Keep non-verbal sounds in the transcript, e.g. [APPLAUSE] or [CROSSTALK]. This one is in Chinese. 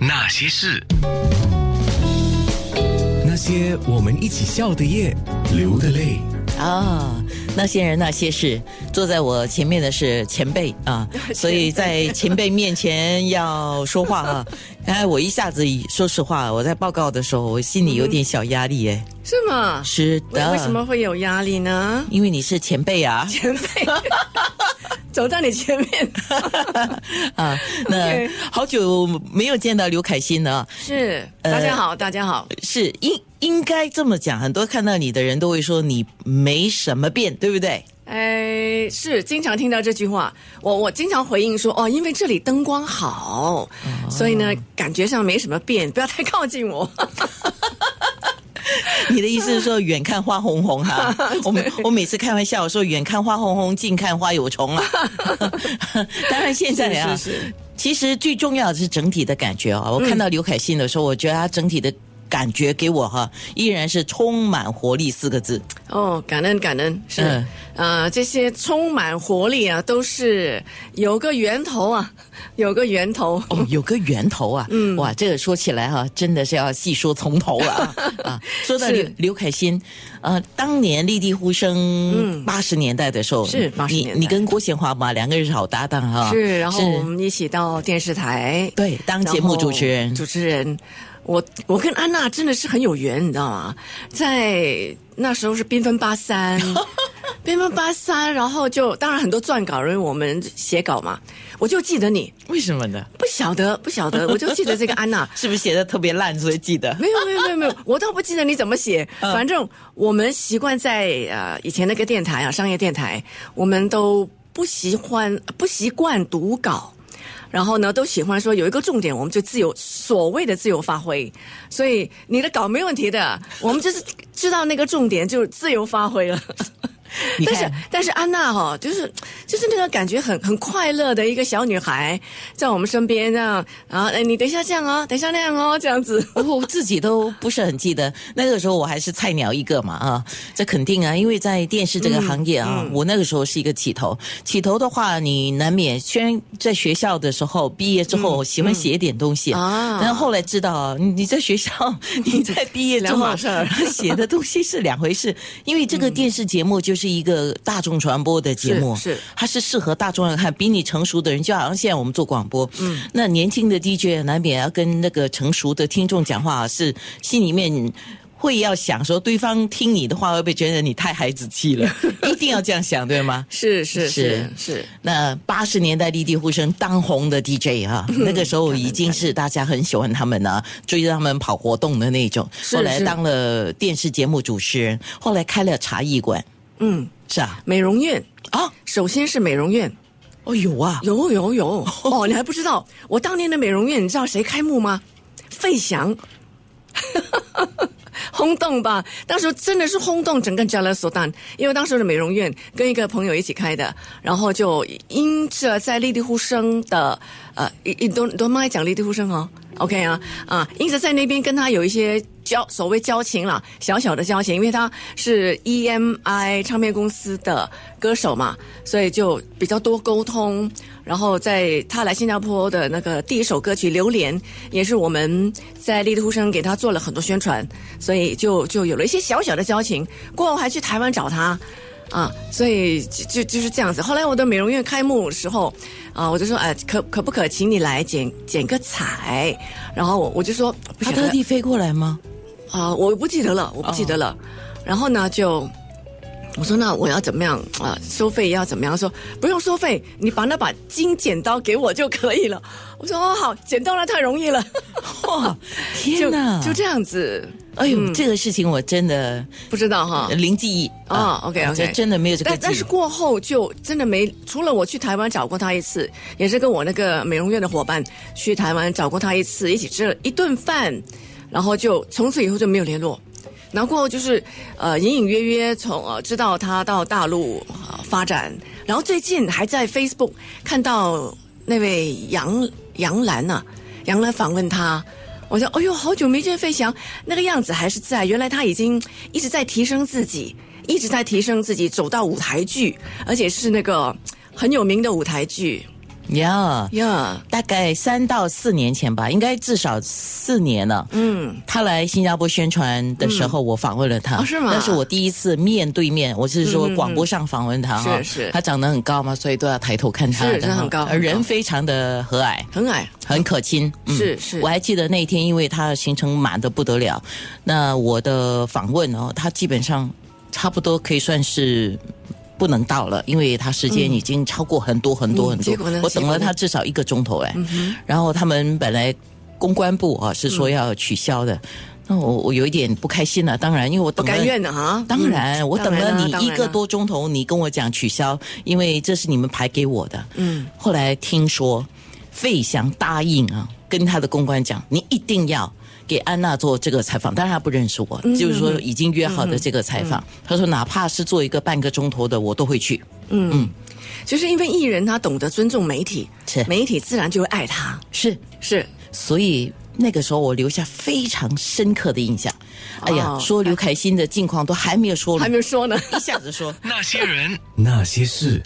那些事，那些我们一起笑的夜，流的泪。啊，那些人那些事，坐在我前面的是前辈 [LAUGHS] 啊，所以在前辈面前要说话 [LAUGHS] 啊。哎，我一下子说实话，我在报告的时候，我心里有点小压力哎。是吗？是为的，嗯为什么？会有压力呢？因为你是前辈 [LAUGHS] 啊前辈走在你 [LAUGHS] 前面，啊！那 OK 好久没有见到刘凯欣了啊，是大家好，大家好，是应应该这么讲，很多看到你的人都会说你没什么变，对不对？哎，是经常听到这句话，我我经常回应说哦，因为这里灯光好，哦所以呢，感觉上没什么变，不要太靠近 [LAUGHS] 我。你的意思是说远看花红红 [LAUGHS] 哈、我们我每次开玩笑我说远看花红红，近看花有虫啊。 [LAUGHS] [LAUGHS] 当然现在啊，是是嗯是其实最重要的是整体的感觉啊。我看到刘凯欣的时候，我觉得他整体的感觉给我哈、依然是充满活力四个字。哦，感恩感恩，是嗯呃，这些充满活力啊，都是有个源头啊，有个源头。哦，有个源头啊，嗯，哇，这个说起来哈、真的是要细说从头了 [LAUGHS] 啊。啊说到刘是刘凯欣，呃，当年立地呼声八十年代的时候，嗯是80你年代你跟郭贤华嘛，两个人是好搭档哈、是，然后我们一起到电视台，对当节目主持人然后主持人，我我跟安娜真的是很有缘，你知道吗？在那时候是缤纷 [LAUGHS] 八三，缤纷八三，然后就当然很多撰稿人，因为我们写稿嘛，我就记得你，为什么呢？。不晓得不晓得，我就记得这个安娜是不是写的特别烂，所以记得？没有没有没有没有，我倒不记得你怎么写。嗯反正我们习惯在呃以前那个电台啊，商业电台，我们都不习惯不习惯读稿。然后呢，都喜欢说有一个重点，我们就自由所谓的自由发挥。所以你的稿没问题的，我们就是知道那个重点，就自由发挥了。 [LAUGHS] 你但看是但是安娜哈、就是就是那个感觉很很快乐的一个小女孩，在我们身边这样啊，哎，你等一下这样哦，等一下那样哦，这样子。 [LAUGHS] 我自己都不是很记得，那个时候我还是菜鸟一个嘛啊，这肯定啊，因为在电视这个行业嗯啊，我那个时候是一个起头。起头的话，你难免虽然在学校的时候毕业之后喜欢写一点东西，嗯啊但后来知道啊你你在学校 [LAUGHS] 你在毕业之后两码事儿写的东西是两回事，因为这个电视节目就是一个大众传播的节目，是是它是适合大众人看，比你成熟的人，就好像现在我们做广播，嗯，那年轻的 DJ 难免要跟那个成熟的听众讲话，是心里面。会要想说，对方听你的话会不会觉得你太孩子气 [LAUGHS] 了？一定要这样想，对吗？是是是是是，那八十年代立地呼声当红的 DJ 啊，嗯那个时候已经是大家很喜欢他们啊，追着他们跑活动的那种。是后来是当了电视节目主持人，后来开了茶艺馆，嗯，是啊，美容院啊，首先是美容院，哦有啊，有有有哦，你还不知道，我当年的美容院，你知道谁开幕吗？费翔。轰动吧！当时真的是轰动整个加勒索丹，因为当时的美容院跟一个朋友一起开的，然后就因着在立地呼声的呃，你你都都妈讲立地呼声哦，OK 啊啊，因着在那边跟他有一些交所谓交情啦，小小的交情，因为他是 EMI 唱片公司的歌手嘛，所以就比较多沟通。然后在他来新加坡的那个第一首歌曲《榴莲》，也是我们在立地呼声给他做了很多宣传，所以就就有了一些小小的交情。过后还去台湾找他，啊，所以就就就是这样子。后来我的美容院开幕时候，啊，我就说，哎、可可不可请你来剪剪个彩？然后我我就说，不他晓得特地飞过来吗？啊、我不记得了，我不记得哦了。然后呢，就我说那我要怎么样啊、收费要怎么样？他说不用收费，你把那把金剪刀给我就可以了。我说哦好，剪刀那太容易了，哇，天就哪！就这样嗯子，哎呦，这个事情我真的不知道哈。零记忆啊，OK，OK 我觉得真的没有这个但记但是忆。过后就真的没，除了我去台湾找过他一次，也是跟我那个美容院的伙伴去台湾找过他一次，一起吃了一顿饭，然后就从此以后就没有联络。然后过后就是呃隐隐约约从呃知道他到大陆、呃发展，然后最近还在 Facebook 看到那位杨杨澜呐、杨澜访问他。我说：“哎呦，好久没见费翔，那个样子还是在。原来他已经一直在提升自己，一直在提升自己，走到舞台剧，而且是那个很有名的舞台剧。呀呀大概三到四年前吧，应该至少四年了。嗯，他来新加坡宣传的时候，我访问了他，哦是吗嗯那是我第一次面对面，我是说广播上访问他哈。是是他长得很高嘛，所以都要抬头看他的哈。是是很高很高人非常的和蔼。很啊矮，很可亲，嗯是是我还记得那一天，因为他的行程满的不得了，那我的访问哦，他基本上差不多可以算是不能到了，因为他时间已经超过很多很多很嗯多。结果呢我等了结果他呢嗯至少一个钟头哎，然后他们本来公关部啊是嗯说要取消的，那我我有一点不开心了、啊当然因为我不等了甘愿的哈。当然，嗯我等了你当然嗯一个当然多钟头，你跟我讲取消，因为这是你们排给我的。嗯，后来听说费翔答应啊，跟他的公关讲，你一定要给安娜做这个采访。当然他不认识我，嗯就是说已经约好的这个采访。他说哪怕是做一个半个钟头的，我都会去。就是因为艺人他懂得尊重媒体是，媒体自然就会爱他。是，是，所以那个时候我留下非常深刻的印象。哎呀，哦说刘凯欣的近况都还没有说还呢没，有说呢。一下子说。那些事。